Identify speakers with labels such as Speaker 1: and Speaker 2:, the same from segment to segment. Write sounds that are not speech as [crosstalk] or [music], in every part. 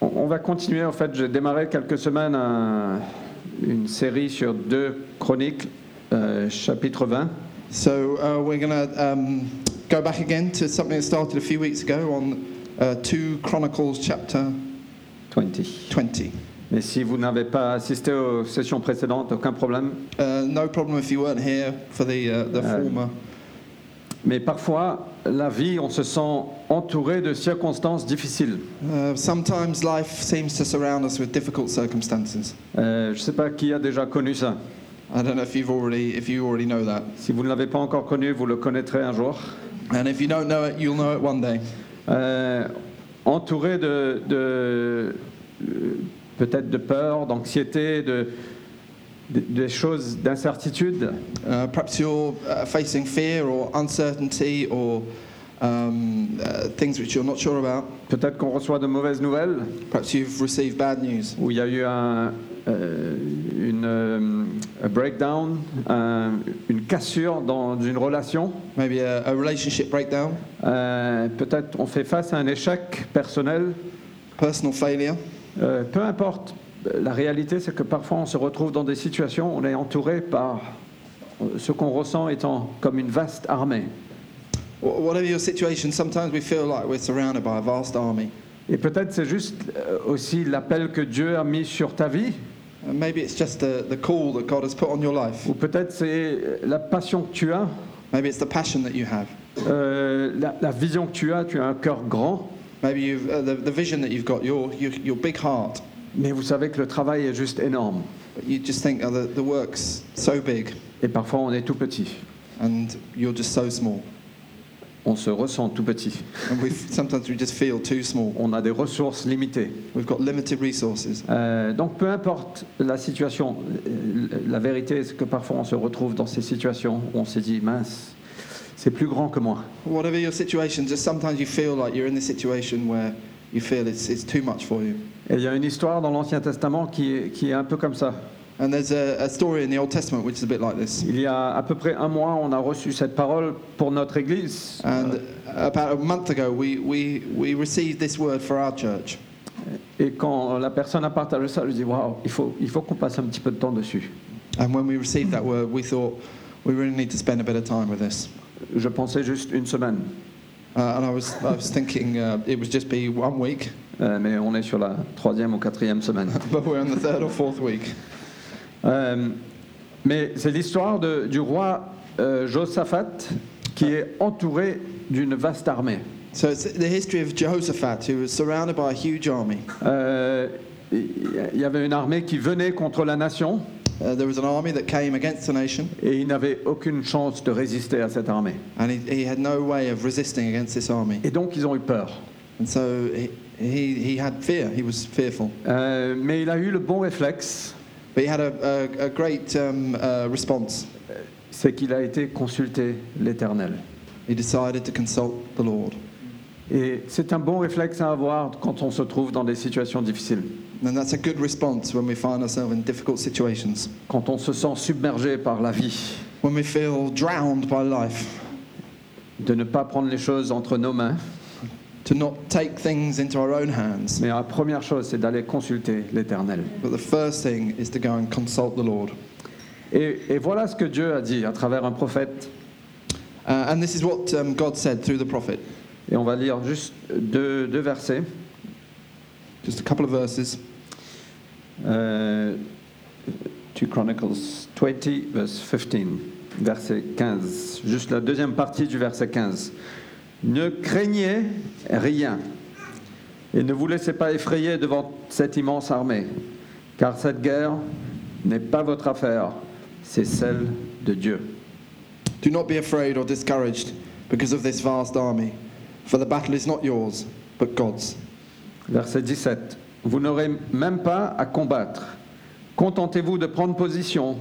Speaker 1: On, on va continuer. En fait, j'ai démarré quelques semaines un- une série sur deux chroniques, euh, chapitre 20.
Speaker 2: So uh, we're going to um, go back again to something that started a few weeks ago on uh, 2 Chronicles chapter
Speaker 1: 20.
Speaker 2: 20.
Speaker 1: Mais si vous n'avez pas assisté aux sessions précédentes, aucun problème.
Speaker 2: Uh, no problem if you weren't here for the, uh, the former.
Speaker 1: Mais parfois, la vie, on se sent entouré de circonstances difficiles.
Speaker 2: Uh, sometimes life seems to surround us with difficult circumstances.
Speaker 1: Euh, je ne sais pas qui a déjà connu ça.
Speaker 2: I don't know if you've already if you already know that,
Speaker 1: Si vous ne l'avez pas encore connu, vous le connaîtrez un jour.
Speaker 2: and if you don't know it, you'll know it one day.
Speaker 1: Euh, entouré de, de- euh, peut-être de peur, d'anxiété, de, de- des choses d'incertitude.
Speaker 2: Uh, perhaps you're uh, facing fear or uncertainty or um, uh, things which you're not sure about.
Speaker 1: Peut-être qu'on reçoit de mauvaises nouvelles,
Speaker 2: Perhaps you've received bad news.
Speaker 1: où il y a eu un, euh, une euh, un breakdown, un- une cassure dans une relation.
Speaker 2: Maybe a, a relationship breakdown,
Speaker 1: Euh, peut-être on fait face à un échec personnel.
Speaker 2: personal failure.
Speaker 1: Euh, peu importe, la réalité c'est que parfois on se retrouve dans des situations, on est entouré par euh, ce qu'on ressent étant comme une vaste armée.
Speaker 2: Wh- Whatever your situation, sometimes we feel like we're surrounded by a vast army.
Speaker 1: Et peut-être c'est juste euh, aussi l'appel que Dieu a mis sur ta vie,
Speaker 2: And maybe it's just the, the call that God has put on your life.
Speaker 1: ou peut-être c'est euh, la passion que tu as,
Speaker 2: Maybe it's the passion that you have.
Speaker 1: euh, la, la vision que tu as, tu as un cœur grand,
Speaker 2: Maybe you've, uh, the, the vision that you've got, your, your, your big heart.
Speaker 1: mais vous savez que le travail est juste énorme.
Speaker 2: But you just think, oh, the, the work's so big
Speaker 1: Et parfois on est tout petit,
Speaker 2: and you're just so small.
Speaker 1: on se ressent tout petit,
Speaker 2: And we sometimes we just feel too small.
Speaker 1: on a des ressources limitées.
Speaker 2: We've got limited resources.
Speaker 1: Euh, donc peu importe la situation, euh, la vérité c'est que parfois on se retrouve dans ces situations où on s'est dit mince, c'est plus grand que moi.
Speaker 2: Whatever your situation, just sometimes you feel like you're in this situation where you feel it's, it's too much for you.
Speaker 1: Et il y a une histoire dans l'Ancien Testament qui est, qui est un peu comme ça.
Speaker 2: And there's a, a story in the Old Testament which is a bit like this.
Speaker 1: Il y a à peu près un mois, on a reçu cette parole pour notre Église.
Speaker 2: And about a month ago, we, we, we received this word for our church.
Speaker 1: Et quand la personne a partagé ça, je dis waouh, il faut, il faut qu'on passe un petit peu de temps dessus.
Speaker 2: And when we received that word, we thought we really need to spend a bit of time with this.
Speaker 1: Je pensais juste une semaine,
Speaker 2: Uh, and I was, I was thinking uh, it would just be one week, [laughs]
Speaker 1: Euh, mais on est sur la troisième ou quatrième semaine.
Speaker 2: but we're on the third or fourth week.
Speaker 1: Euh, mais c'est l'histoire de- du roi euh, Josaphat qui est entouré d'une vaste armée.
Speaker 2: So it's the history of Jehoshaphat, who was surrounded by a huge army.
Speaker 1: Euh, Il y avait une armée qui venait contre la nation
Speaker 2: Uh, there was an army that came against the nation,
Speaker 1: et il n'avait aucune chance de résister à cette armée.
Speaker 2: and he, he had no way of resisting against this army.
Speaker 1: Et donc ils ont eu peur.
Speaker 2: And so he, he, he had fear, he was fearful.
Speaker 1: Euh, mais il a eu le bon réflexe,
Speaker 2: But he had a, a, a great um, uh, response.
Speaker 1: c'est qu'il a été consulté l'Éternel.
Speaker 2: He decided to consult the Lord.
Speaker 1: Et c'est un bon réflexe à avoir quand on se trouve dans des situations difficiles,
Speaker 2: And that's a good response when we find ourselves in difficult situations,
Speaker 1: quand on se sent submergé par la vie,
Speaker 2: when we feel drowned by life,
Speaker 1: de ne pas prendre les choses entre nos mains
Speaker 2: to not take things into our own hands.
Speaker 1: Mais la première chose, c'est d'aller consulter l'Éternel.
Speaker 2: But the first thing is to go and consult the Lord.
Speaker 1: Et, et voilà ce que Dieu a dit à travers un prophète.
Speaker 2: Uh, and this is what um, God said through the prophet.
Speaker 1: Et on va lire juste deux, deux versets.
Speaker 2: Just a couple of verses.
Speaker 1: Euh, 2 Chronicles 20, verse 15, verset 15. Juste la deuxième partie du verset 15. Ne craignez rien et ne vous laissez pas effrayer devant cette immense armée, car cette guerre n'est pas votre affaire, c'est celle de Dieu.
Speaker 2: Do not be afraid or discouraged because of this vast army, for the battle is not yours, but God's.
Speaker 1: Verset 17. Vous n'aurez même pas à combattre. Contentez-vous de prendre position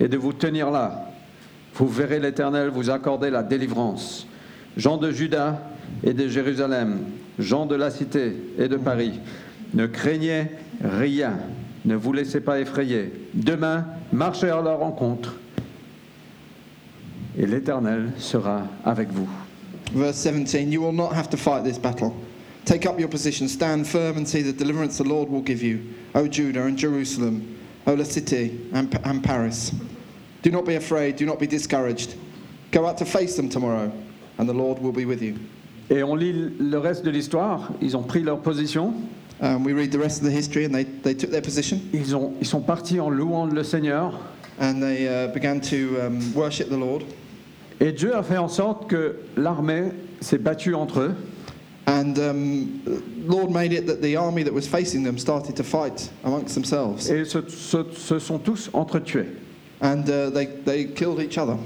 Speaker 1: et de vous tenir là. Vous verrez l'Éternel vous accorder la délivrance. Gens de Juda et de Jérusalem, gens de la cité et de Paris, ne craignez rien, ne vous laissez pas effrayer. Demain, marchez à leur rencontre et l'Éternel sera avec vous.
Speaker 2: Verse 17 You will not have to fight this battle. Take up your position, stand firm, and see the deliverance the Lord will give you, O Judah and Jerusalem, O La City and, Pa- and Paris. Do not be afraid, do not be discouraged. Go out to face them tomorrow, and the Lord will be with you.
Speaker 1: Et on lit le reste de l'histoire. Ils ont pris leur position.
Speaker 2: Um, we read the rest of the history, and they, they took their position
Speaker 1: Ils, ont, ils sont partis en louant le Seigneur.
Speaker 2: and they uh, began to um, worship the Lord.
Speaker 1: Et Dieu a fait en sorte que l'armée s'est battue entre eux.
Speaker 2: And um, Lord made it that the army that was facing them started to fight amongst themselves,
Speaker 1: Et se, se- se sont tous entretués.
Speaker 2: and uh, they, they killed each other.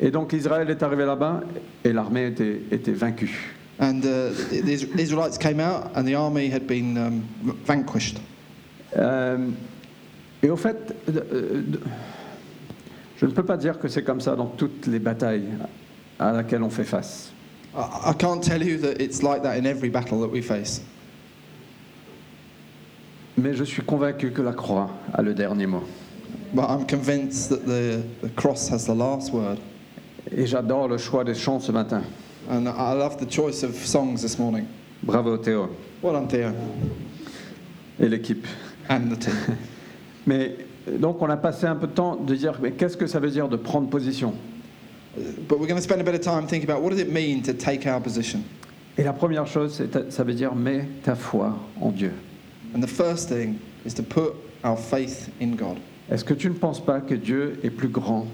Speaker 1: Et donc Israël est arrivé là-bas et l'armée était, était vaincue.
Speaker 2: And uh, the the Is- Israelites came out, and the army had been um, vanquished.
Speaker 1: Euh, et au fait, euh, euh, je ne peux pas dire que c'est comme ça dans toutes les batailles à laquelle on fait face.
Speaker 2: I, I can't tell you that it's like that in every battle that we face,
Speaker 1: Mais je suis convaincu que la croix a le dernier mot.
Speaker 2: but I'm convinced that the, the cross has the last word.
Speaker 1: Et j'adore le choix des chants ce matin.
Speaker 2: And I love the choice of songs this morning.
Speaker 1: Bravo Théo
Speaker 2: Well done, Theo,
Speaker 1: et l'équipe.
Speaker 2: and the team.
Speaker 1: Mais euh, donc on a passé un peu de temps de dire mais qu'est-ce que ça veut dire de prendre position
Speaker 2: But we're going to spend a bit of time thinking about what does it mean to take our position.
Speaker 1: Et la première chose, c'est ta- ça veut dire mets ta foi en Dieu.
Speaker 2: And the first thing is to put our faith in God.
Speaker 1: Est-ce que tu ne penses pas que Dieu est plus grand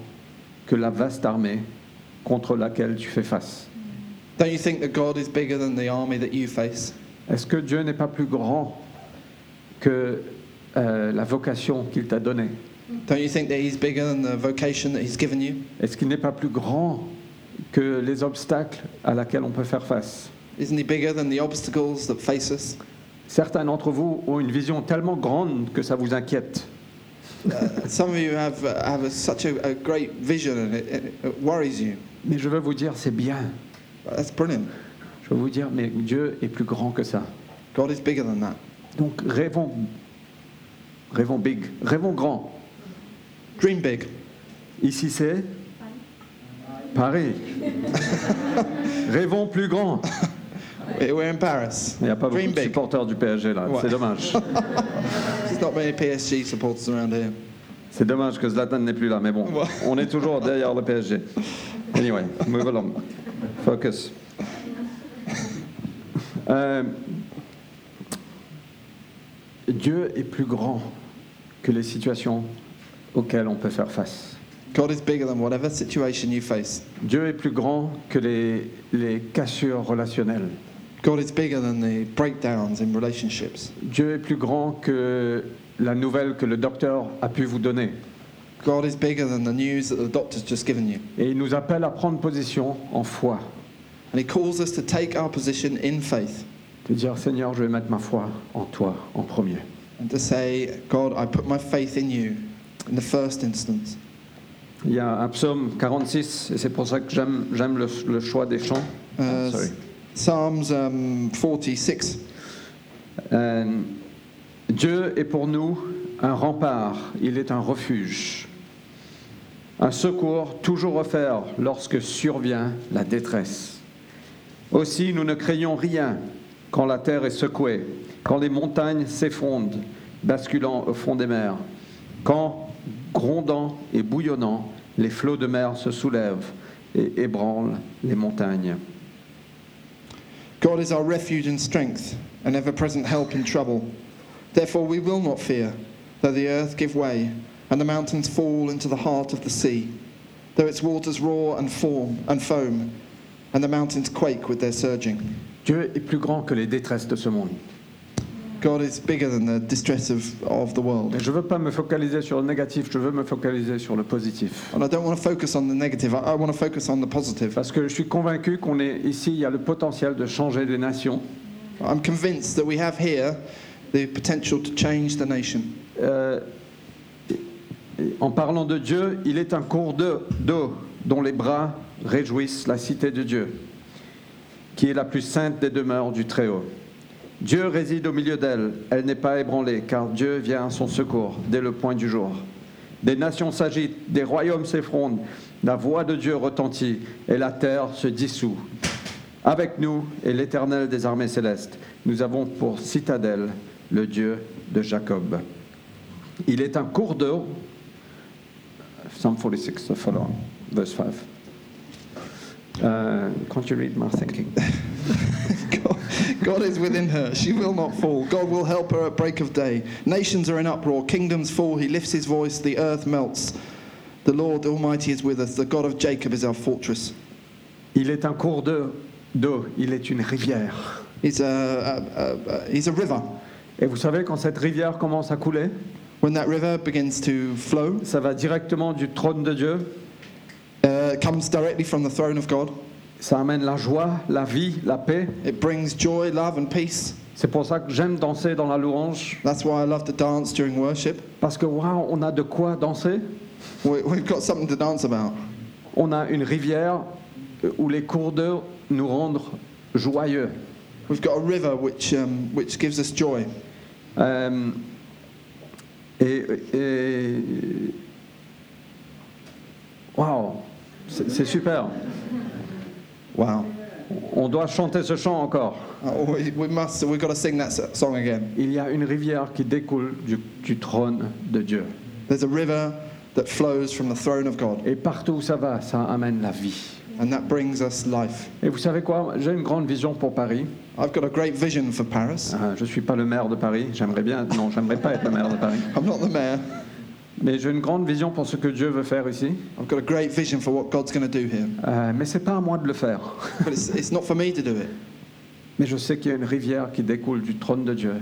Speaker 1: que la vaste armée contre laquelle tu fais face
Speaker 2: Don't you think that God is bigger than the army that you face?
Speaker 1: Est-ce que Dieu n'est pas plus grand que euh, la vocation qu'il t'a donnée
Speaker 2: Don't you think that He's bigger than the vocation that He's given you?
Speaker 1: Est-ce qu'il n'est pas plus grand que les obstacles à laquelle on peut faire face
Speaker 2: Isn't He bigger than the obstacles that face us?
Speaker 1: Certains d'entre vous ont une vision tellement grande que ça vous inquiète.
Speaker 2: Uh, some of you have, uh, have a, such a, a great vision and it, it, it worries you.
Speaker 1: Mais je veux vous dire, c'est bien.
Speaker 2: That's brilliant.
Speaker 1: Je veux vous dire, mais Dieu est plus grand que ça.
Speaker 2: God is bigger than that.
Speaker 1: Donc rêvons, rêvons big, rêvons grand.
Speaker 2: Dream big.
Speaker 1: Ici c'est Paris. [laughs] rêvons plus grand.
Speaker 2: We're in Paris.
Speaker 1: Il n'y a pas beaucoup
Speaker 2: Dream
Speaker 1: de
Speaker 2: big.
Speaker 1: supporters du PSG là,
Speaker 2: Ouais.
Speaker 1: c'est dommage.
Speaker 2: There's not many PSG supporters around here.
Speaker 1: C'est dommage que Zlatan n'est plus là, mais bon,
Speaker 2: Ouais.
Speaker 1: on est toujours derrière le PSG. Anyway, move along. Focus. Euh, Dieu est plus grand que les situations auxquelles on peut faire face.
Speaker 2: God is bigger than whatever situation you face.
Speaker 1: Dieu est plus grand que les, les cassures relationnelles.
Speaker 2: God is bigger than the breakdowns in relationships.
Speaker 1: Dieu est plus grand que la nouvelle que le docteur a pu vous donner.
Speaker 2: God is bigger than the news that the doctor's just given you.
Speaker 1: Et il nous appelle à prendre position en foi.
Speaker 2: And He calls us to take our position in faith
Speaker 1: De dire oh, Seigneur, je vais mettre ma foi en toi en premier.
Speaker 2: and to say, God, I put my faith in you in the first instance.
Speaker 1: Il y a un psaume 46, et c'est pour ça que j'aime, j'aime le, le choix des chants.
Speaker 2: Uh,
Speaker 1: Oh, Sorry.
Speaker 2: Psalms um, 46.
Speaker 1: Euh, Dieu est pour nous un rempart, il est un refuge, un secours toujours offert lorsque survient la détresse. Aussi, nous ne craignons rien quand la terre est secouée, quand les montagnes s'effondrent, basculant au fond des mers, quand, grondant et bouillonnant, les flots de mer se soulèvent et ébranlent les montagnes.
Speaker 2: God is our refuge and strength, an ever present help in trouble. Therefore, we will not fear, though the earth give way, and the mountains fall into the heart of the sea, though its waters roar and form and foam, and the mountains quake with their surging.
Speaker 1: Dieu est plus grand que les détresses de ce monde.
Speaker 2: God is bigger than the distress of, of the
Speaker 1: Mais
Speaker 2: world.
Speaker 1: je ne veux pas me focaliser sur le négatif, je veux me focaliser sur le positif.
Speaker 2: And I don't want to focus on the negative, I, I want to focus on the positive.
Speaker 1: Parce que je suis convaincu qu'on est ici, il y a le potentiel de changer les nations.
Speaker 2: I'm convinced that we have here the potential to change the nation.
Speaker 1: Euh, et- et en parlant de Dieu, il est un cours de- d'eau dont les bras réjouissent la cité de Dieu, qui est la plus sainte des demeures du Très-Haut. Dieu réside au milieu d'elle, elle n'est pas ébranlée, car Dieu vient à son secours dès le point du jour. Des nations s'agitent, des royaumes s'effondrent, la voix de Dieu retentit et la terre se dissout. Avec nous est l'Éternel des armées célestes. nous avons pour citadelle le Dieu de Jacob. Il est un cours d'eau. Psalm 46, the following, verse 5. Uh, can't you read my thinking?
Speaker 2: God, God is within her. She will not fall. God will help her at break of day. Nations are in uproar. Kingdoms fall. He lifts his voice. The earth melts. The Lord Almighty is with us. The God of Jacob is our fortress.
Speaker 1: Il est un cours d'eau, d'eau, il est une rivière.
Speaker 2: He's a, a, a, a, he's a river.
Speaker 1: Et vous savez, quand cette rivière commence à couler,
Speaker 2: When that river begins to flow,
Speaker 1: ça va directement du trône de Dieu,
Speaker 2: uh, it comes directly from the throne of God.
Speaker 1: ça amène la joie, la vie, la paix.
Speaker 2: It brings joy, love, and peace.
Speaker 1: C'est pour ça que j'aime danser dans la louange,
Speaker 2: That's why I love to dance during worship.
Speaker 1: parce que waouh, on a de quoi danser.
Speaker 2: We, we've got something to dance about.
Speaker 1: On a une rivière euh, où les cours d'eau nous rendent joyeux.
Speaker 2: We've got a river which, um, which gives us joy.
Speaker 1: Euh, et. et- Waouh! C'est c'est super!
Speaker 2: Wow.
Speaker 1: On doit chanter ce chant encore.
Speaker 2: Uh, we, we must, we've got to sing that s- song again.
Speaker 1: Il y a une rivière qui découle du, du trône de Dieu.
Speaker 2: There's a river that flows from the throne of God,
Speaker 1: Et partout où ça va, ça amène la vie.
Speaker 2: and that brings us life.
Speaker 1: Et vous savez quoi J'ai une grande vision pour Paris.
Speaker 2: I've got a great vision for Paris.
Speaker 1: Euh, je ne suis pas le maire de Paris. J'aimerais bien. Non, j'aimerais pas être le maire de Paris.
Speaker 2: I'm not the mayor.
Speaker 1: Mais j'ai une grande vision pour ce que Dieu veut faire ici.
Speaker 2: I've got a great vision for what God's going to do here.
Speaker 1: Euh, mais c'est pas à moi de le faire.
Speaker 2: But it's, it's not for me to do it.
Speaker 1: Mais je sais qu'il y a une rivière qui découle du trône de Dieu.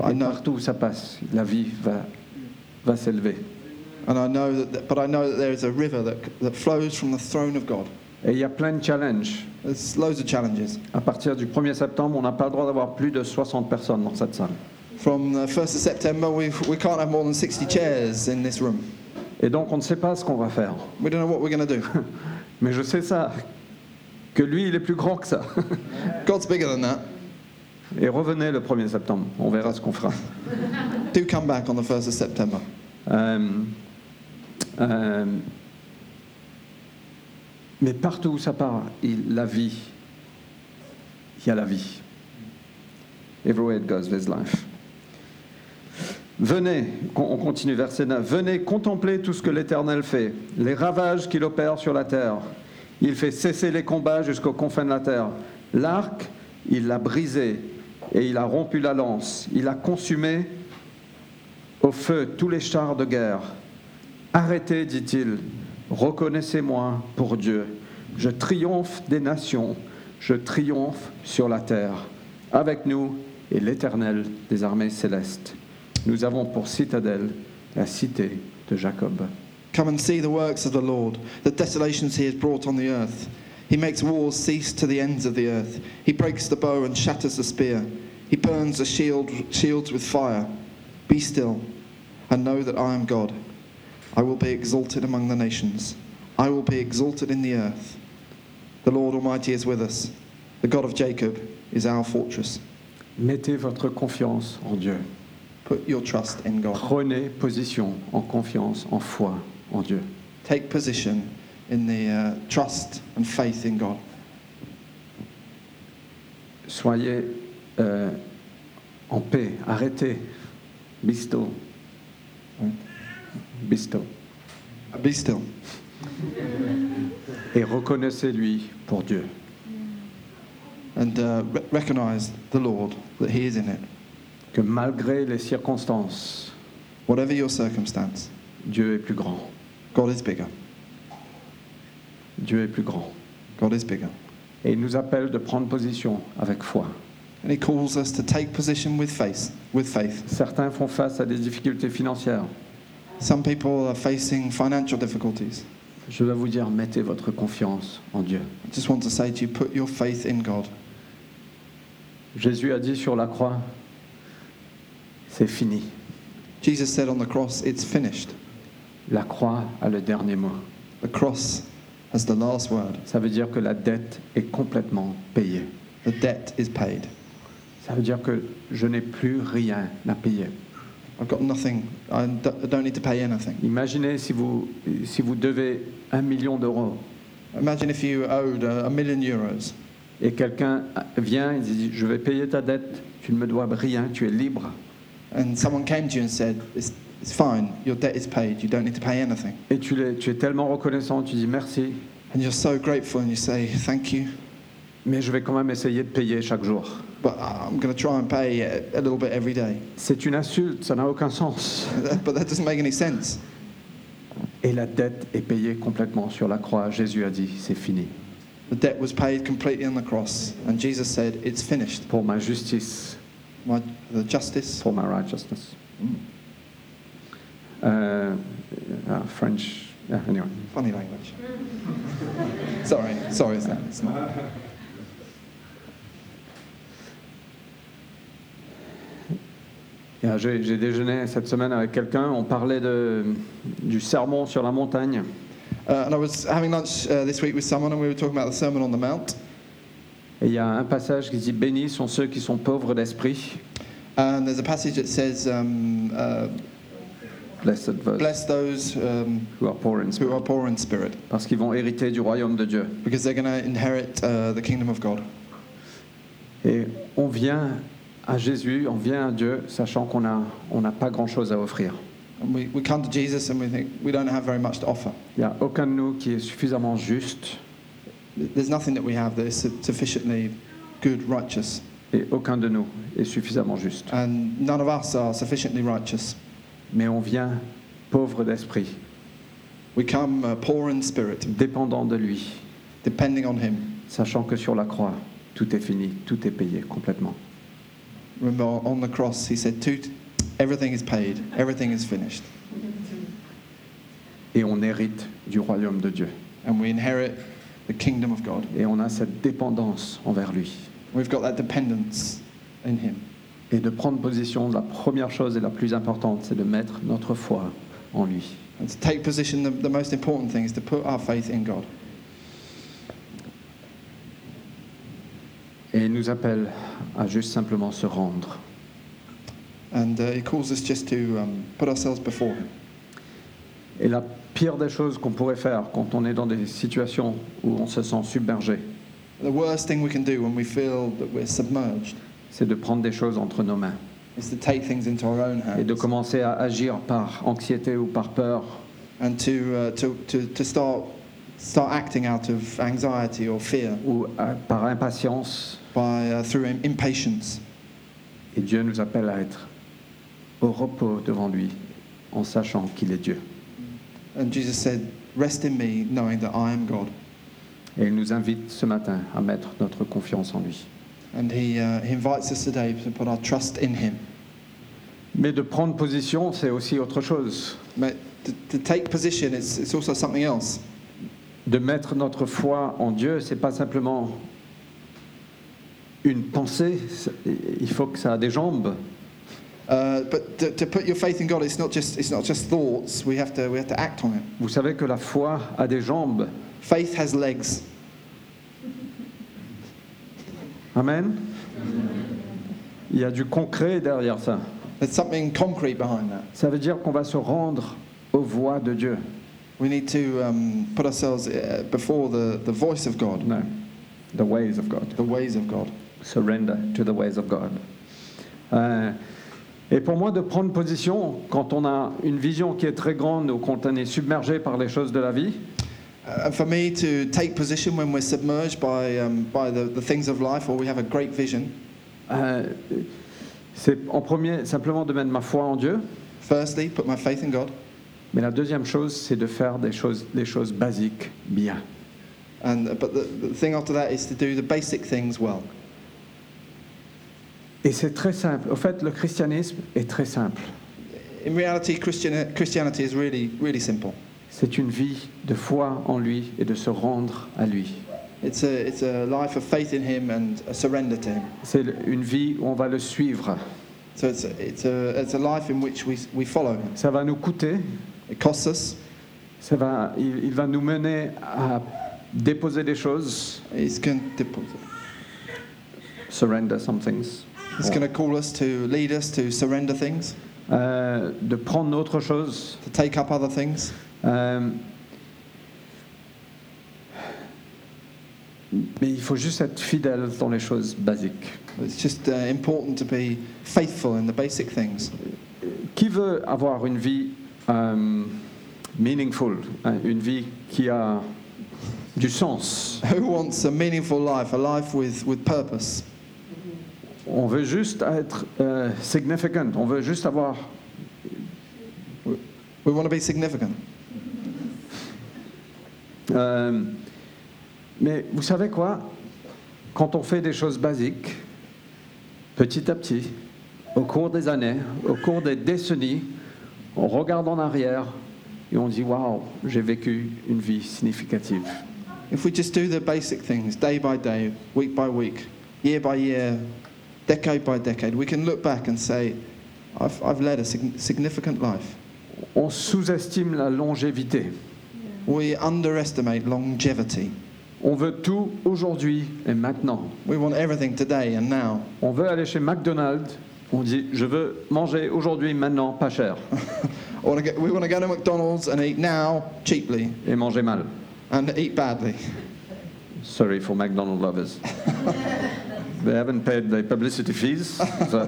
Speaker 2: Ah,
Speaker 1: Et
Speaker 2: non.
Speaker 1: partout où ça passe, la vie va, va s'élever.
Speaker 2: And I know that, but I know that there is a river that, that flows from the throne of God.
Speaker 1: Et il y a plein de challenges.
Speaker 2: There's loads of challenges.
Speaker 1: À partir du 1er septembre, on n'a pas le droit d'avoir plus de 60 personnes dans cette salle.
Speaker 2: From the 1st of September, we've, we can't have more than 60 chairs in this room.
Speaker 1: Et donc on ne sait pas ce qu'on va faire.
Speaker 2: We don't know what we're going to do.
Speaker 1: Mais je sais ça, que lui, il est plus grand que ça. [laughs]
Speaker 2: God's bigger than that.
Speaker 1: Et revenez le 1er septembre, on verra ce qu'on fera.
Speaker 2: Do come back on the 1st of September.
Speaker 1: Euh, euh, mais partout où ça part, il, la vie, il y a la vie. Everywhere it goes, there's life. Venez, con- on continue verset 9, venez contempler tout ce que l'Éternel fait, les ravages qu'il opère sur la terre. Il fait cesser les combats jusqu'aux confins de la terre. L'arc, il l'a brisé et il a rompu la lance. Il a consumé au feu tous les chars de guerre. Arrêtez, dit-il, reconnaissez-moi pour Dieu. Je triomphe des nations, je triomphe sur la terre. Avec nous est l'Éternel des armées célestes. Nous avons pour citadelle la cité de Jacob.
Speaker 2: Come and see the works of the Lord, the desolations he has brought on the earth. He makes wars cease to the ends of the earth. He breaks the bow and shatters the spear. He burns the shield, shields with fire. Be still and know that I am God. I will be exalted among the nations. I will be exalted in the earth. The Lord Almighty is with us. The God of Jacob is our fortress.
Speaker 1: Mettez votre confiance en Dieu.
Speaker 2: Put your trust in God.
Speaker 1: Prenez position en confiance, en foi en Dieu.
Speaker 2: Take position in the uh, trust and faith in God.
Speaker 1: Soyez euh, en paix. Arrêtez. Bisto. Bisto.
Speaker 2: Be still.
Speaker 1: et reconnaissez-lui pour Dieu.
Speaker 2: and uh, re- recognize the Lord that He is in it.
Speaker 1: Que malgré les circonstances,
Speaker 2: Whatever your circumstance,
Speaker 1: Dieu est plus grand.
Speaker 2: God is bigger.
Speaker 1: Dieu est plus grand.
Speaker 2: God is bigger.
Speaker 1: Et il nous appelle de prendre position avec foi.
Speaker 2: And He calls us to take position with faith. With faith.
Speaker 1: Certains font face à des difficultés financières.
Speaker 2: Some people are facing financial difficulties.
Speaker 1: Je veux vous dire, mettez votre confiance en Dieu.
Speaker 2: I just want to say to you, put your faith in God.
Speaker 1: Jésus a dit sur la croix, c'est fini.
Speaker 2: Jesus said on the cross, "It's finished."
Speaker 1: La croix a le dernier mot.
Speaker 2: The cross has the last word.
Speaker 1: Ça veut dire que la dette est complètement payée.
Speaker 2: The debt is paid.
Speaker 1: Ça veut dire que je n'ai plus rien à payer.
Speaker 2: I've got nothing. I d- I don't need to pay anything.
Speaker 1: Imaginez si vous, si vous devez un million d'euros
Speaker 2: Imagine if you owed a, a million euros
Speaker 1: et quelqu'un vient et dit Je vais payer ta dette, tu ne me dois rien, tu es libre.
Speaker 2: and someone came to you and said, it's, it's fine, your debt is paid, you don't need to pay anything.
Speaker 1: Et tu, l'es- tu es tellement reconnaissant, tu dis Merci,
Speaker 2: And you're so grateful and you say, thank you,
Speaker 1: mais je vais quand même essayer de payer chaque jour.
Speaker 2: but I- I'm going to try and pay a, a little bit every day. [laughs]
Speaker 1: C'est une insulte, ça n'a aucun sens.
Speaker 2: That- but that doesn't make any sense.
Speaker 1: Et la dette est payée complètement sur la croix. Jésus a dit C'est fini.
Speaker 2: The debt was paid completely on the cross, and Jesus said, it's finished.
Speaker 1: Pour ma justice,
Speaker 2: My, the justice.
Speaker 1: for my righteousness. Euh, ah, French. yeah, anyway.
Speaker 2: Funny language. [laughs] sorry, sorry, it's not. It's not.
Speaker 1: Et, ah, J'ai j'ai déjeuné cette semaine avec quelqu'un, on parlait de, du sermon sur la montagne.
Speaker 2: Uh, and I was having lunch uh, this week with someone, and we were talking about the Sermon on the Mount.
Speaker 1: Et il y a un passage qui dit Bénis sont ceux qui sont pauvres d'esprit.
Speaker 2: And there's a passage that says, um, uh,
Speaker 1: Blessed those
Speaker 2: "Bless those um,
Speaker 1: who are poor in
Speaker 2: who
Speaker 1: spirit.
Speaker 2: are poor in spirit,
Speaker 1: Parce qu'ils vont hériter du royaume de Dieu.
Speaker 2: because they're going to inherit uh, the kingdom of God."
Speaker 1: Et on vient à Jésus, on vient à Dieu, sachant qu'on a- on n'a pas grand-chose à offrir.
Speaker 2: And we, we come to Jesus and we think we don't have very much to offer.
Speaker 1: Il n'y a aucun de nous qui est suffisamment juste
Speaker 2: There's nothing that we have that is su- sufficiently good, righteous,
Speaker 1: et aucun de nous est suffisamment juste.
Speaker 2: and none of us are sufficiently righteous.
Speaker 1: Mais on vient pauvre d'esprit,
Speaker 2: We come uh, poor in spirit,
Speaker 1: dépendant de lui,
Speaker 2: depending on Him.
Speaker 1: sachant que sur la croix, tout est fini, tout est payé complètement.
Speaker 2: Remember on the cross, he said, Toot, everything is paid, everything is finished.
Speaker 1: Et on hérite du royaume de Dieu.
Speaker 2: And we inherit the kingdom of God.
Speaker 1: Et on a cette dépendance envers lui.
Speaker 2: We've got that dependence in him.
Speaker 1: Et de prendre position, la première chose et la plus importante, c'est de mettre notre foi en lui.
Speaker 2: And to take position, the, the most important thing is to put our faith in God.
Speaker 1: Et il nous appelle à juste simplement se rendre.
Speaker 2: And uh, he calls us just to um, put ourselves before him.
Speaker 1: Et la pire des choses qu'on pourrait faire quand on est dans des situations où on se sent submergé,
Speaker 2: The worst thing we can do when we feel that we're submerged
Speaker 1: c'est de prendre des choses entre nos mains
Speaker 2: is to take things into our own
Speaker 1: et de
Speaker 2: hands
Speaker 1: commencer à agir par anxiété ou par peur
Speaker 2: and to, uh, to, to, to start, start acting out of anxiety or fear
Speaker 1: ou à- par impatience.
Speaker 2: by, uh, through im- impatience.
Speaker 1: Et Dieu nous appelle à être au repos devant lui en sachant qu'il est Dieu.
Speaker 2: And Jesus said, Rest in me, knowing that I am God.
Speaker 1: Et il nous invite ce matin à mettre notre confiance en lui.
Speaker 2: And he, uh, he invites us today to put our trust in him.
Speaker 1: Mais de prendre position, c'est aussi autre chose.
Speaker 2: Ma- To, to take position, it's, it's also something else.
Speaker 1: De mettre notre foi en Dieu, c'est pas simplement une pensée, c'est- il faut que ça a des jambes.
Speaker 2: Uh, but to, to put your faith in God, it's not just, it's not just thoughts. We have, to, we have to act on it.
Speaker 1: Vous savez que la foi a des jambes.
Speaker 2: Faith has legs.
Speaker 1: Amen. Il y a du concret derrière ça.
Speaker 2: There's something concrete behind that.
Speaker 1: Ça veut dire qu'on va se rendre aux voix de Dieu.
Speaker 2: We need to um, put ourselves uh, before the, the voice of God,
Speaker 1: No, the ways of God.
Speaker 2: the ways of God.
Speaker 1: Surrender to the ways of God. Euh, et pour moi, de prendre position quand on a une vision qui est très grande ou quand on est submergé par les choses de la vie,
Speaker 2: Uh, for me, to take position when we're submerged by, um, by the, the things of life or we have a great vision,
Speaker 1: euh, c'est en premier simplement de mettre ma foi en Dieu.
Speaker 2: firstly, put my faith in God.
Speaker 1: Mais la deuxième chose, c'est de faire des choses, des choses basiques bien.
Speaker 2: And uh, but the, the thing after that is to do the basic things well.
Speaker 1: Et c'est très simple. Au fait, le christianisme est très simple.
Speaker 2: In reality, Christian, uh, Christianity is really really simple.
Speaker 1: C'est une vie de foi en lui et de se rendre à lui.
Speaker 2: It's a it's a life of faith in Him and a surrender to Him.
Speaker 1: C'est le- une vie où on va le suivre.
Speaker 2: So it's a, it's a it's a life in which we we follow Him.
Speaker 1: Ça va nous coûter,
Speaker 2: It costs us.
Speaker 1: ça va, il, il va nous mener à déposer des choses,
Speaker 2: It's going to
Speaker 1: surrender some things,
Speaker 2: it's going to call us to lead us to surrender things,
Speaker 1: Euh, de prendre autre chose.
Speaker 2: to take up other things.
Speaker 1: Euh, Mais il faut juste être fidèle dans les choses basiques.
Speaker 2: It's just uh, important to be faithful in the basic things. [laughs]
Speaker 1: Qui veut avoir une vie euh, meaningful, hein, une vie qui a du sens
Speaker 2: Who wants a meaningful life, a life with, with purpose?
Speaker 1: On veut juste être euh, significant, on veut juste avoir...
Speaker 2: We want to be significant.
Speaker 1: euh, mais vous savez quoi Quand on fait des choses basiques, petit à petit, au cours des années, au cours des décennies, on regarde en arrière et on dit, waouh, j'ai vécu une vie significative.
Speaker 2: If we just do the basic things day by day, week by week, year by year, decade by decade, we can look back and say, I've, I've led a sig- significant life.
Speaker 1: On sous-estime la longévité.
Speaker 2: We underestimate longevity.
Speaker 1: On veut tout aujourd'hui et maintenant.
Speaker 2: We want everything today and now.
Speaker 1: On veut aller chez McDonald's. On dit, je veux manger aujourd'hui, maintenant, pas cher,
Speaker 2: I wanna go- we want to go to McDonald's and eat now cheaply
Speaker 1: et manger mal.
Speaker 2: and eat badly.
Speaker 1: Sorry for McDonald's lovers. They haven't paid their publicity fees. so-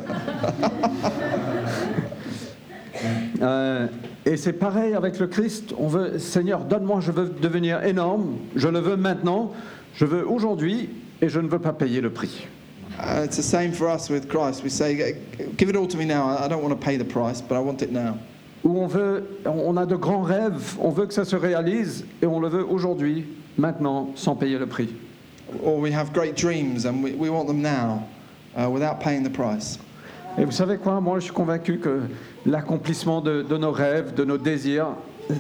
Speaker 1: Euh, et c'est pareil avec le Christ. On veut, Seigneur, donne-moi, je veux devenir énorme. Je le veux maintenant. Je veux aujourd'hui, et je ne veux pas payer le prix.
Speaker 2: Uh, it's the same for us with Christ. We say, Give it all to me now. I I don't want to pay the price, but I want it now.
Speaker 1: où on veut, on a de grands rêves, on veut que ça se réalise et on le veut aujourd'hui, maintenant, sans payer le prix.
Speaker 2: Or we have great dreams and we, we want them now uh, without paying the price.
Speaker 1: Et vous savez quoi Moi, je suis convaincu que l'accomplissement de, de nos rêves, de nos désirs,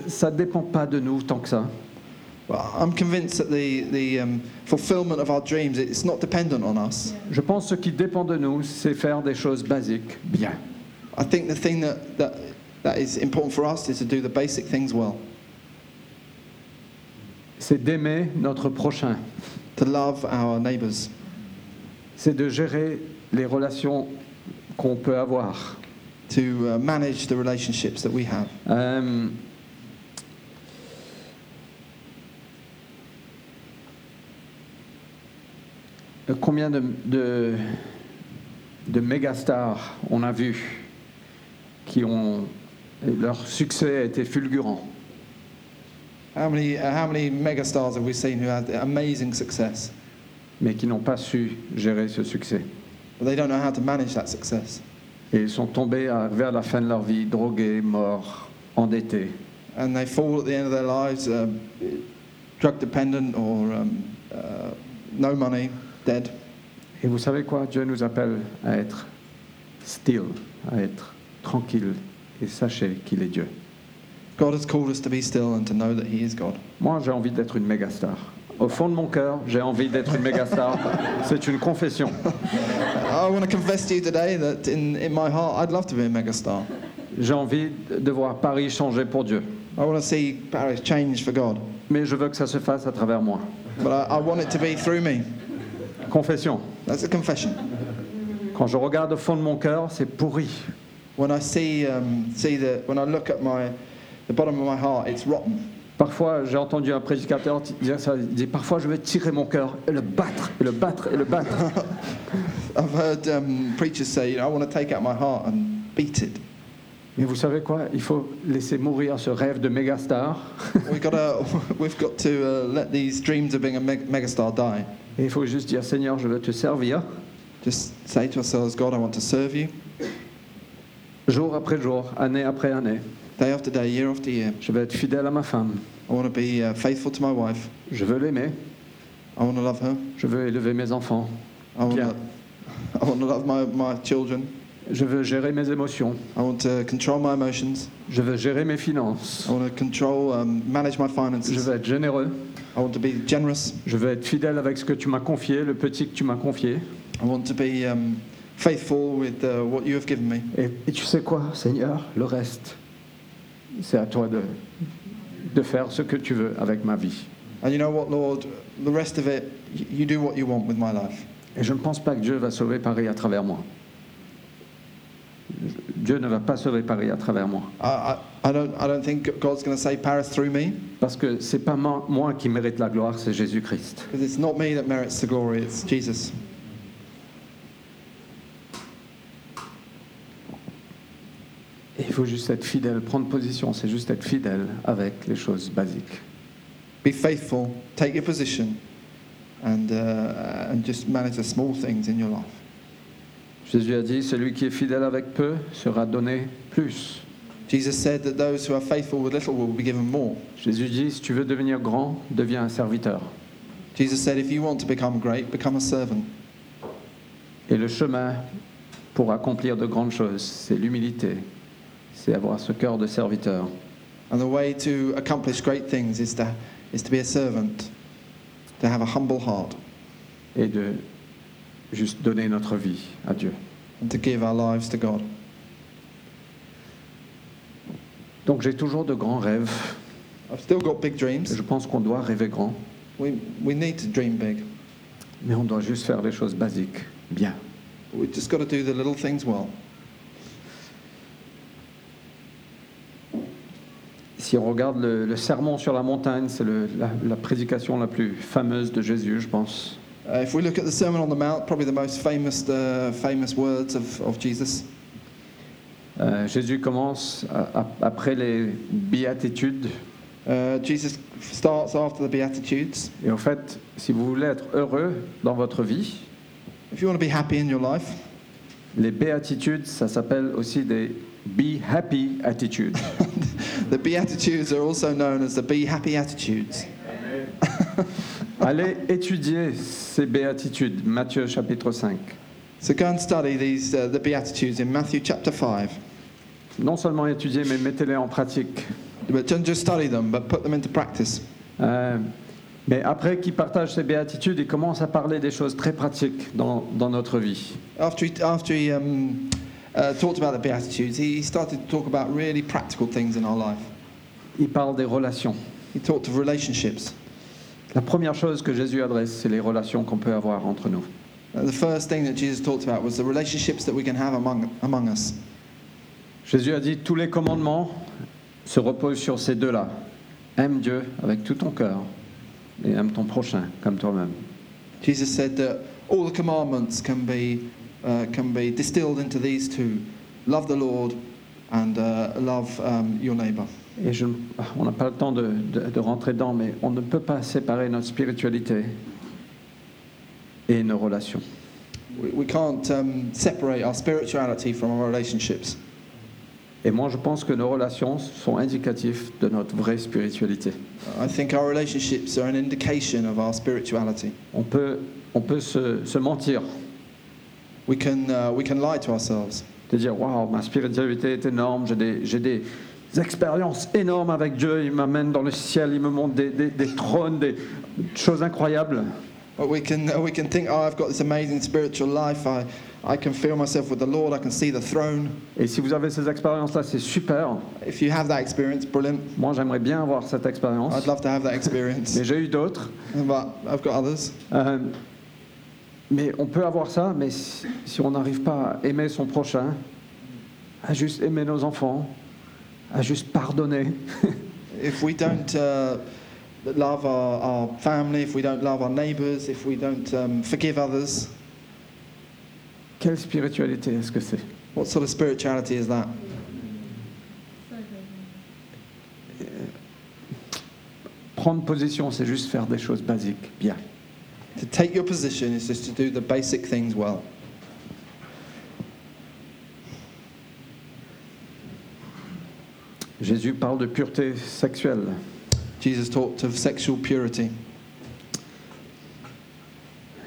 Speaker 1: ça ne dépend pas de nous tant que ça.
Speaker 2: Well, I'm convinced that the, the um, fulfillment of our dreams, it's not dependent on us.
Speaker 1: Je pense que ce qui dépend de nous, c'est faire des choses basiques bien.
Speaker 2: I think the thing that, that, that is important for us is to do the basic things well,
Speaker 1: C'est d'aimer notre prochain,
Speaker 2: to love our neighbours,
Speaker 1: c'est de gérer les relations qu'on peut avoir.
Speaker 2: to uh, manage the relationships that we have.
Speaker 1: Euh, combien de, de, de mégastars on a vu qui ont. Leur succès a été fulgurant.
Speaker 2: How many, uh, how many megastars have we seen who had amazing success,
Speaker 1: mais qui n'ont pas su gérer ce succès.
Speaker 2: but they don't know how to manage that success?
Speaker 1: Et ils sont tombés à- vers la fin de leur vie, drogués, morts, endettés.
Speaker 2: And they fall at the end of their lives uh, drug dependent or um, uh, no money, dead.
Speaker 1: Et vous savez quoi Dieu nous appelle à être still, à être tranquille, et sachez qu'il est Dieu.
Speaker 2: God has called us to be still and to know that He is God.
Speaker 1: Moi, j'ai envie d'être une méga star. Au fond de mon cœur, j'ai envie d'être une méga star. C'est une confession.
Speaker 2: I want to confess to you today that in, in my heart, I'd love to be a megastar.
Speaker 1: J'ai envie de voir Paris changer pour Dieu.
Speaker 2: I want to see Paris change for God,
Speaker 1: Mais je veux que ça se fasse à travers moi.
Speaker 2: but I, I want it to be through me.
Speaker 1: Confession.
Speaker 2: That's a confession.
Speaker 1: Quand je regarde au fond de mon cœur, c'est pourri.
Speaker 2: When I see, um, see the, when I look at my, the bottom of my heart, it's rotten.
Speaker 1: Parfois, j'ai entendu un prédicateur t- dire ça. Il dit Parfois, je vais tirer mon cœur et le battre, et le battre, et le battre.
Speaker 2: I've heard um, preachers say, you know, I want to take out my heart and beat it.
Speaker 1: Mais vous savez quoi Il faut laisser mourir ce rêve de méga star.
Speaker 2: We've got to, [laughs] we've got to uh, let these dreams of being a meg- megastar die.
Speaker 1: Et il faut juste dire Seigneur, je veux te servir
Speaker 2: Just say to ourselves, God, I want to serve you
Speaker 1: jour après jour, année après année.
Speaker 2: day after day, year after year.
Speaker 1: Je veux être fidèle à ma femme.
Speaker 2: I want to be uh, faithful to my wife.
Speaker 1: Je veux l'aimer.
Speaker 2: I want to love her.
Speaker 1: Je veux élever mes enfants.
Speaker 2: I want,
Speaker 1: Yeah.
Speaker 2: to, [laughs] I want to love my, my children.
Speaker 1: Je veux gérer mes émotions.
Speaker 2: I want to control my emotions.
Speaker 1: Je veux gérer mes
Speaker 2: I
Speaker 1: finances.
Speaker 2: want to control, um, manage my
Speaker 1: Je
Speaker 2: finances.
Speaker 1: veux être généreux.
Speaker 2: I want to be generous.
Speaker 1: Je veux être fidèle avec ce que tu m'as confié, le petit que tu m'as confié.
Speaker 2: I want to be um, faithful with uh, what you have given me.
Speaker 1: Et, et tu sais quoi, Seigneur, le reste, c'est à toi de, de faire ce que tu veux avec ma vie.
Speaker 2: And you know what, Lord? The rest of it, y- you do what you want with my life.
Speaker 1: Et je ne pense pas que Dieu va sauver Paris à travers moi. Dieu ne va pas sauver Paris à travers moi.
Speaker 2: I, I, I, don't, I don't think God's going to save Paris through me
Speaker 1: Parce que c'est pas moi moi qui mérite la gloire, c'est Jésus-Christ.
Speaker 2: because it's not me that merits the glory, it's Jesus.
Speaker 1: Et Il faut juste être fidèle, prendre position, c'est juste être fidèle avec les choses basiques.
Speaker 2: Be faithful, take your position, and, uh, and just manage the small things in your life.
Speaker 1: Jésus a dit, celui qui est fidèle avec peu sera donné plus.
Speaker 2: Jesus said that those who are faithful with little will be given more.
Speaker 1: Jésus dit, si tu veux devenir grand, deviens un serviteur.
Speaker 2: Jesus said, if you want to become great, become a servant.
Speaker 1: Et le chemin pour accomplir de grandes choses, c'est l'humilité, c'est avoir ce cœur de serviteur.
Speaker 2: And the way to accomplish great things is to, is to be a servant, to have a humble heart,
Speaker 1: et de juste donner notre vie à Dieu.
Speaker 2: and to give our lives to God.
Speaker 1: Donc j'ai toujours de grands rêves.
Speaker 2: I've still got big dreams.
Speaker 1: Je pense qu'on doit rêver grand,
Speaker 2: We, we need to dream big.
Speaker 1: mais on doit juste faire les choses basiques bien.
Speaker 2: We've just got to do the little things well.
Speaker 1: Si on regarde le, le sermon sur la montagne, c'est le- la, la prédication la plus fameuse de Jésus, je pense.
Speaker 2: Uh, if we look at the Sermon on the Mount, probably the most famous, uh, famous words of, of Jesus,
Speaker 1: Euh, Jésus commence à- à- après les béatitudes.
Speaker 2: uh, Jesus starts after the Beatitudes.
Speaker 1: Et en fait, si vous voulez être heureux dans votre vie,
Speaker 2: If you want to be happy in your life,
Speaker 1: les béatitudes, ça s'appelle aussi des be happy attitudes.
Speaker 2: the Beatitudes are also known as the Be Happy Attitudes.
Speaker 1: Allez étudier ces béatitudes, Matthieu chapitre 5.
Speaker 2: So go and study these, uh, the Beatitudes in Matthew chapter 5.
Speaker 1: Non seulement étudier, mais mettez-les en pratique.
Speaker 2: But don't just study them, but put them into practice.
Speaker 1: Euh, mais après qu'il partage ces béatitudes, il commence à parler des choses très pratiques dans, dans notre vie.
Speaker 2: After he, after he um, uh, talked about the Beatitudes, he started to talk about really practical things in our life.
Speaker 1: Il parle des relations.
Speaker 2: He talked of relationships.
Speaker 1: La première chose que Jésus adresse, c'est les relations qu'on peut avoir entre nous.
Speaker 2: Uh, the first thing that Jesus talked about was the relationships that we can have among, among us.
Speaker 1: Jésus a dit, tous les commandements se reposent sur ces deux-là. Aime Dieu avec tout ton cœur et aime ton prochain comme toi-même.
Speaker 2: Jesus said that all the commandments can be, uh, can be distilled into these two love the Lord and uh, love um, your neighbour.
Speaker 1: Et je- ah, on n'a pas le temps de, de- de rentrer dedans, mais on ne peut pas séparer notre spiritualité et nos relations.
Speaker 2: We, we can't um, separate our spirituality from our relationships.
Speaker 1: Et moi, je pense que nos relations sont indicatives de notre vraie spiritualité.
Speaker 2: I think our relationships are an indication of our spirituality.
Speaker 1: On peut, on peut se, se mentir,
Speaker 2: We can, uh, we can lie to ourselves.
Speaker 1: de dire Waouh, ma spiritualité est énorme, j'ai des, j'ai des expériences énormes avec Dieu, il m'amène dans le ciel, il me montre des, des- des trônes, des choses incroyables.
Speaker 2: But we can, uh, we can think, oh, I've got this amazing spiritual life. I, I can feel myself with the Lord. I can see the throne.
Speaker 1: Et si vous avez ces expériences-là, c'est super.
Speaker 2: If you have that experience, brilliant.
Speaker 1: Moi, j'aimerais bien avoir cette
Speaker 2: I'd
Speaker 1: expérience.
Speaker 2: love to have that
Speaker 1: [laughs]
Speaker 2: experience.
Speaker 1: Mais j'ai eu d'autres.
Speaker 2: But I've got others.
Speaker 1: Euh, mais on peut avoir ça, mais si, si on n'arrive pas à aimer son prochain, à juste aimer nos enfants, à juste pardonner, [laughs]
Speaker 2: If we don't uh, love our, our family, if we don't love our neighbours, if we don't um, forgive others,
Speaker 1: quelle spiritualité est-ce que c'est
Speaker 2: what sort of spirituality is that?
Speaker 1: Prendre position, c'est juste faire des choses basiques, bien.
Speaker 2: To take your position is just to do the basic things well.
Speaker 1: Jésus parle de pureté sexuelle.
Speaker 2: Jesus talked of sexual purity.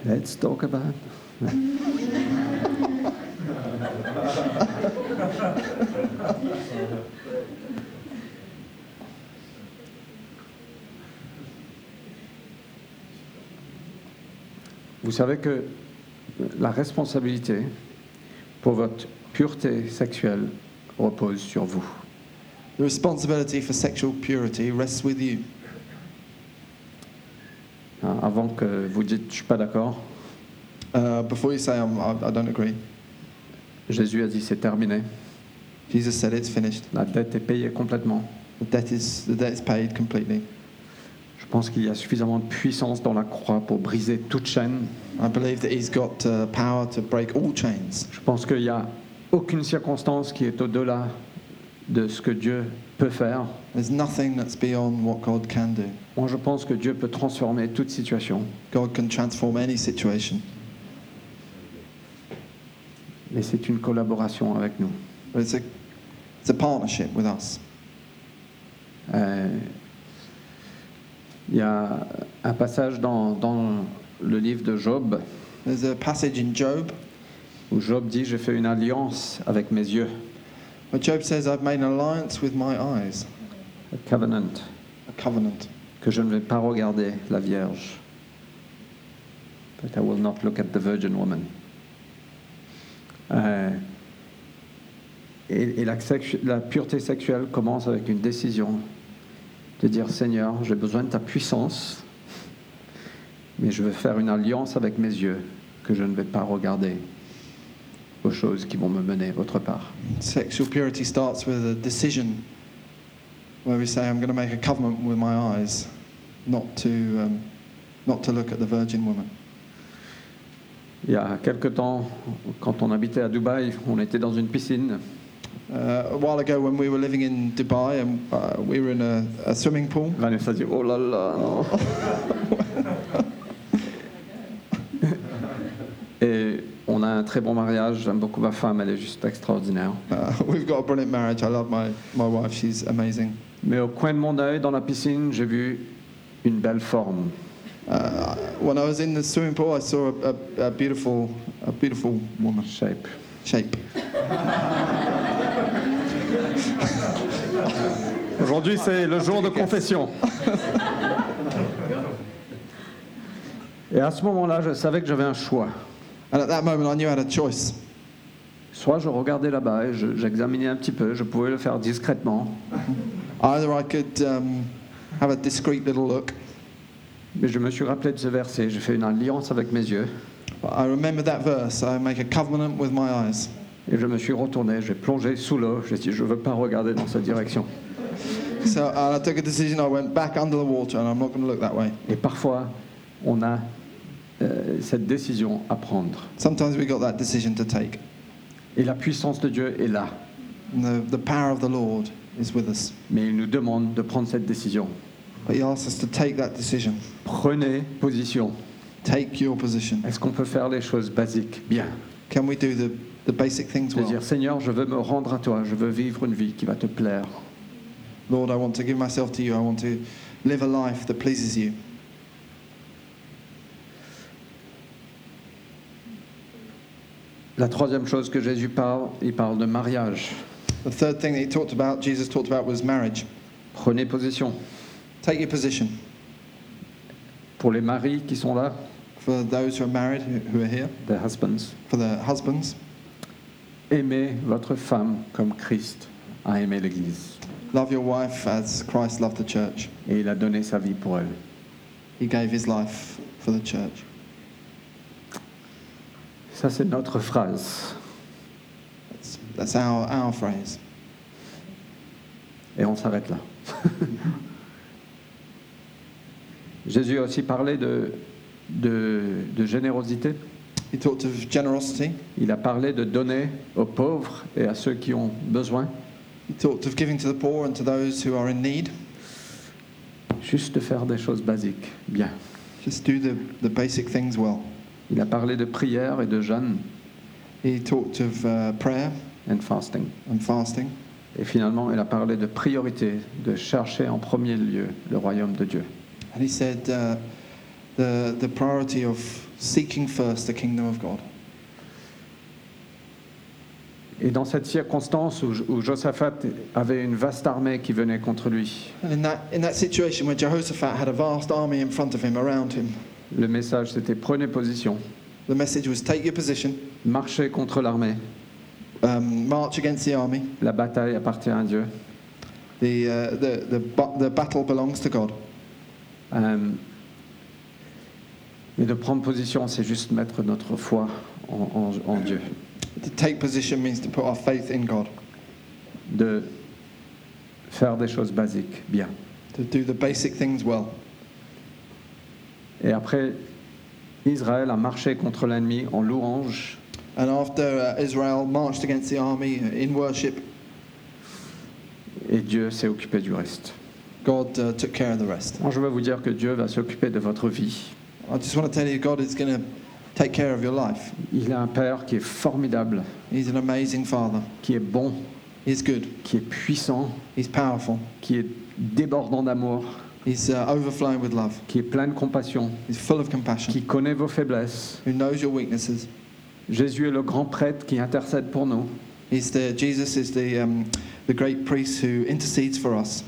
Speaker 1: Let's talk about. Vous savez que la responsabilité pour votre pureté sexuelle repose sur vous.
Speaker 2: The responsibility for sexual purity rests with you.
Speaker 1: Hein, Avant que vous dites je suis pas d'accord,
Speaker 2: Uh, before you say, um, I, I don't agree,
Speaker 1: Jésus a dit c'est terminé,
Speaker 2: Jesus said, It's finished.
Speaker 1: la dette est payée complètement.
Speaker 2: The debt is, the debt is paid completely.
Speaker 1: Je pense qu'il y a suffisamment de puissance dans la croix pour briser toute chaîne.
Speaker 2: I believe that he's got uh, power to break all chains.
Speaker 1: Je pense qu'il n'y a aucune circonstance qui est au-delà de ce que Dieu peut faire.
Speaker 2: There's nothing that's beyond what God can do.
Speaker 1: Moi, je pense que Dieu peut transformer toute situation.
Speaker 2: God can transform any situation,
Speaker 1: Et c'est une collaboration avec nous.
Speaker 2: but it's a, it's a partnership with us.
Speaker 1: Euh, Il y a un passage dans, dans le livre de Job
Speaker 2: There's a passage in Job
Speaker 1: où Job dit J'ai fait une alliance avec mes yeux,
Speaker 2: where Job says, I've made an alliance with my eyes,
Speaker 1: a covenant,
Speaker 2: a covenant,
Speaker 1: que je ne vais pas regarder la Vierge. But I will not look at the Virgin Woman. Euh, et et la, sexu- la pureté sexuelle commence avec une décision de dire Seigneur, j'ai besoin de ta puissance, mais je veux faire une alliance avec mes yeux que je ne vais pas regarder aux choses qui vont me mener autre part.
Speaker 2: Sexual purity starts with a decision where we say, I'm going to make a covenant with my eyes not to, um, not to look at the virgin woman.
Speaker 1: Il y a quelque temps, quand on habitait à Dubaï, on était dans une piscine
Speaker 2: Uh, a while ago, when we were living in Dubai and uh, we were in a, a swimming pool, [laughs]
Speaker 1: Vanessa dit Oh là là non. Et on a un très bon mariage, j'aime beaucoup ma femme, elle est juste extraordinaire.
Speaker 2: uh, we've got a brilliant marriage. I love my, my wife, she's amazing.
Speaker 1: Mais au coin de mon œil, dans la piscine, j'ai vu une belle forme.
Speaker 2: Uh, when I was in the swimming pool, I saw a, a, a beautiful, a beautiful woman
Speaker 1: Shape.
Speaker 2: shape.
Speaker 1: Aujourd'hui, c'est le jour de confession. Et à ce moment-là, je savais que j'avais un choix.
Speaker 2: And at that moment, I knew I had a choice.
Speaker 1: Soit je regardais là-bas et je- j'examinais un petit peu, je pouvais le faire discrètement,
Speaker 2: Either I could um, have a discreet little look.
Speaker 1: mais je me suis rappelé de ce verset, j'ai fait une alliance avec mes yeux.
Speaker 2: But I remember that verse. I make a covenant with my eyes.
Speaker 1: Et je me suis retourné, j'ai plongé sous l'eau, j'ai dit je veux pas regarder dans cette direction.
Speaker 2: So and I took a decision. I went back under the water, and I'm not going to look that way.
Speaker 1: Et parfois, on a euh, cette décision à prendre.
Speaker 2: Sometimes we got that decision to take.
Speaker 1: Et la puissance de Dieu est là,
Speaker 2: And the, the power of the Lord is with us.
Speaker 1: mais il nous demande de prendre cette décision.
Speaker 2: But He asks us to take that decision.
Speaker 1: Prenez position.
Speaker 2: Take your position.
Speaker 1: Est-ce qu'on peut faire les choses basiques Bien.
Speaker 2: Can we do the, the basic things
Speaker 1: De
Speaker 2: well?
Speaker 1: dire Seigneur, je veux me rendre à toi, je veux vivre une vie qui va te plaire.
Speaker 2: Lord, I want to give myself to you. I want to live a life that pleases you.
Speaker 1: La troisième chose que Jésus parle, il parle de mariage.
Speaker 2: The third thing that He talked about, Jesus talked about, was marriage.
Speaker 1: Prenez position.
Speaker 2: Take your position.
Speaker 1: Pour les maris qui sont là,
Speaker 2: For those who are married, who who are here,
Speaker 1: the husbands,
Speaker 2: for the husbands,
Speaker 1: Aimez votre femme comme Christ a aimé l'Église.
Speaker 2: love your wife as Christ loved the church.
Speaker 1: Et il a donné sa vie pour elle.
Speaker 2: He gave his life for the church.
Speaker 1: Ça, c'est notre phrase.
Speaker 2: That's, that's our, our phrase.
Speaker 1: Et on s'arrête là. [laughs] Jésus a aussi parlé de, de, de générosité.
Speaker 2: He talked of generosity.
Speaker 1: Il a parlé de donner aux pauvres et à ceux qui ont besoin.
Speaker 2: He talked of giving to the poor and to those who are in need.
Speaker 1: Juste de faire des choses basiques. Bien.
Speaker 2: Just do the, the basic things well.
Speaker 1: Il a parlé de prière et de jeûne
Speaker 2: He talked of uh, prayer
Speaker 1: and fasting.
Speaker 2: and fasting.
Speaker 1: Et finalement, il a parlé de priorité, de chercher en premier lieu le royaume de Dieu.
Speaker 2: And he said uh, the, the priority of seeking first the kingdom of God.
Speaker 1: Et dans cette circonstance où, où Josaphat avait une vaste armée qui venait contre lui,
Speaker 2: And in that, in that situation where Jehoshaphat had a vast army in front of him, around him,
Speaker 1: le message c'était prenez position,
Speaker 2: the message was take your position,
Speaker 1: marchez contre l'armée,
Speaker 2: um, march against the army.
Speaker 1: la bataille appartient à Dieu.
Speaker 2: The, uh, the, the, bu- the battle belongs to God.
Speaker 1: Euh, mais de prendre position, c'est juste mettre notre foi en, en- en Dieu.
Speaker 2: To take position means to put our faith in God,
Speaker 1: de faire des choses basiques bien.
Speaker 2: to do the basic things well.
Speaker 1: Et après, Israël a marché contre l'ennemi en louange.
Speaker 2: And after uh, Israel marched against the army in worship,
Speaker 1: Et Dieu s'est occupé du reste.
Speaker 2: God uh, took care of the rest.
Speaker 1: Alors, je veux vous dire que Dieu va s'occuper de votre vie.
Speaker 2: I just want to tell you, God is going to take care of your life.
Speaker 1: Il a un Père qui est formidable,
Speaker 2: He's an amazing Father.
Speaker 1: qui est bon,
Speaker 2: He's good.
Speaker 1: qui est puissant,
Speaker 2: He's powerful.
Speaker 1: qui est débordant d'amour,
Speaker 2: He's uh, overflowing with love.
Speaker 1: qui est plein de compassion,
Speaker 2: He's full of compassion.
Speaker 1: qui connaît vos faiblesses.
Speaker 2: Who knows your weaknesses?
Speaker 1: Jésus est le grand prêtre qui intercède pour nous.
Speaker 2: He's the Jesus is the um, the great priest who intercedes for us.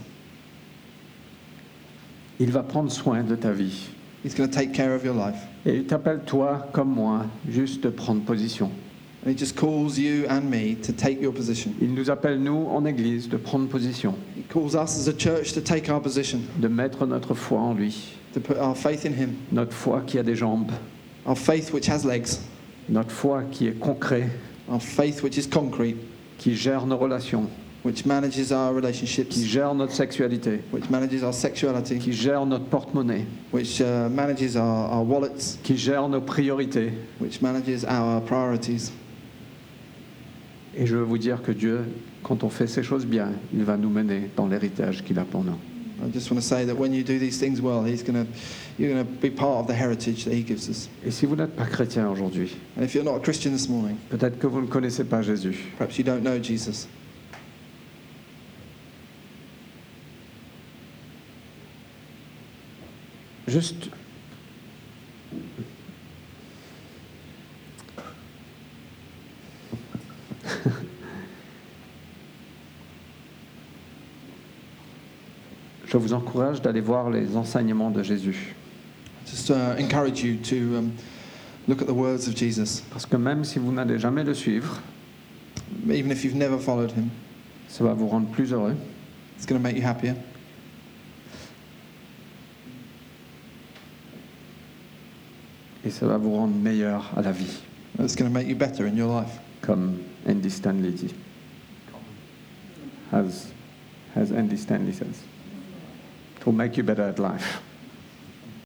Speaker 1: Il va prendre soin de ta vie.
Speaker 2: He's going to take care of your life.
Speaker 1: Et il t'appelle, toi comme moi, juste de prendre position.
Speaker 2: And he just calls you and me to take your position.
Speaker 1: Il nous appelle, nous, en Église, de prendre position,
Speaker 2: He calls us as a church to take our position,
Speaker 1: de mettre notre foi en lui,
Speaker 2: to put our faith in him,
Speaker 1: notre foi qui a des jambes,
Speaker 2: our faith which has legs,
Speaker 1: notre foi qui est concret,
Speaker 2: our faith which is concrete,
Speaker 1: qui gère nos relations,
Speaker 2: which manages our
Speaker 1: qui
Speaker 2: relationships,
Speaker 1: gère notre sexualité,
Speaker 2: which manages our sexuality,
Speaker 1: qui gère notre porte-monnaie,
Speaker 2: which uh, manages our, our wallets,
Speaker 1: qui gère nos priorités.
Speaker 2: which manages our priorities.
Speaker 1: Et je veux vous dire que Dieu, quand on fait ces choses bien, il va nous mener dans l'héritage qu'il a pour nous.
Speaker 2: I just want to say that when you do these things well, he's going to, you're going to be part of the heritage that he gives us.
Speaker 1: Et si vous n'êtes pas chrétien aujourd'hui,
Speaker 2: And if you're not a Christian this morning,
Speaker 1: peut-être que vous ne connaissez pas Jésus,
Speaker 2: perhaps you don't know Jesus.
Speaker 1: juste [laughs] Je vous encourage d'aller voir les enseignements de Jésus.
Speaker 2: Just uh, encourage you to um, look at the words of Jesus,
Speaker 1: Parce que même si vous n'allez jamais le suivre,
Speaker 2: even if you've never followed him.
Speaker 1: ça va vous rendre plus heureux.
Speaker 2: It's going to make you happier.
Speaker 1: Et ça va vous rendre meilleur à la vie,
Speaker 2: It's going to make you better in your life.
Speaker 1: comme Andy Stanley dit. As, as Andy Stanley says. It will make you better at life.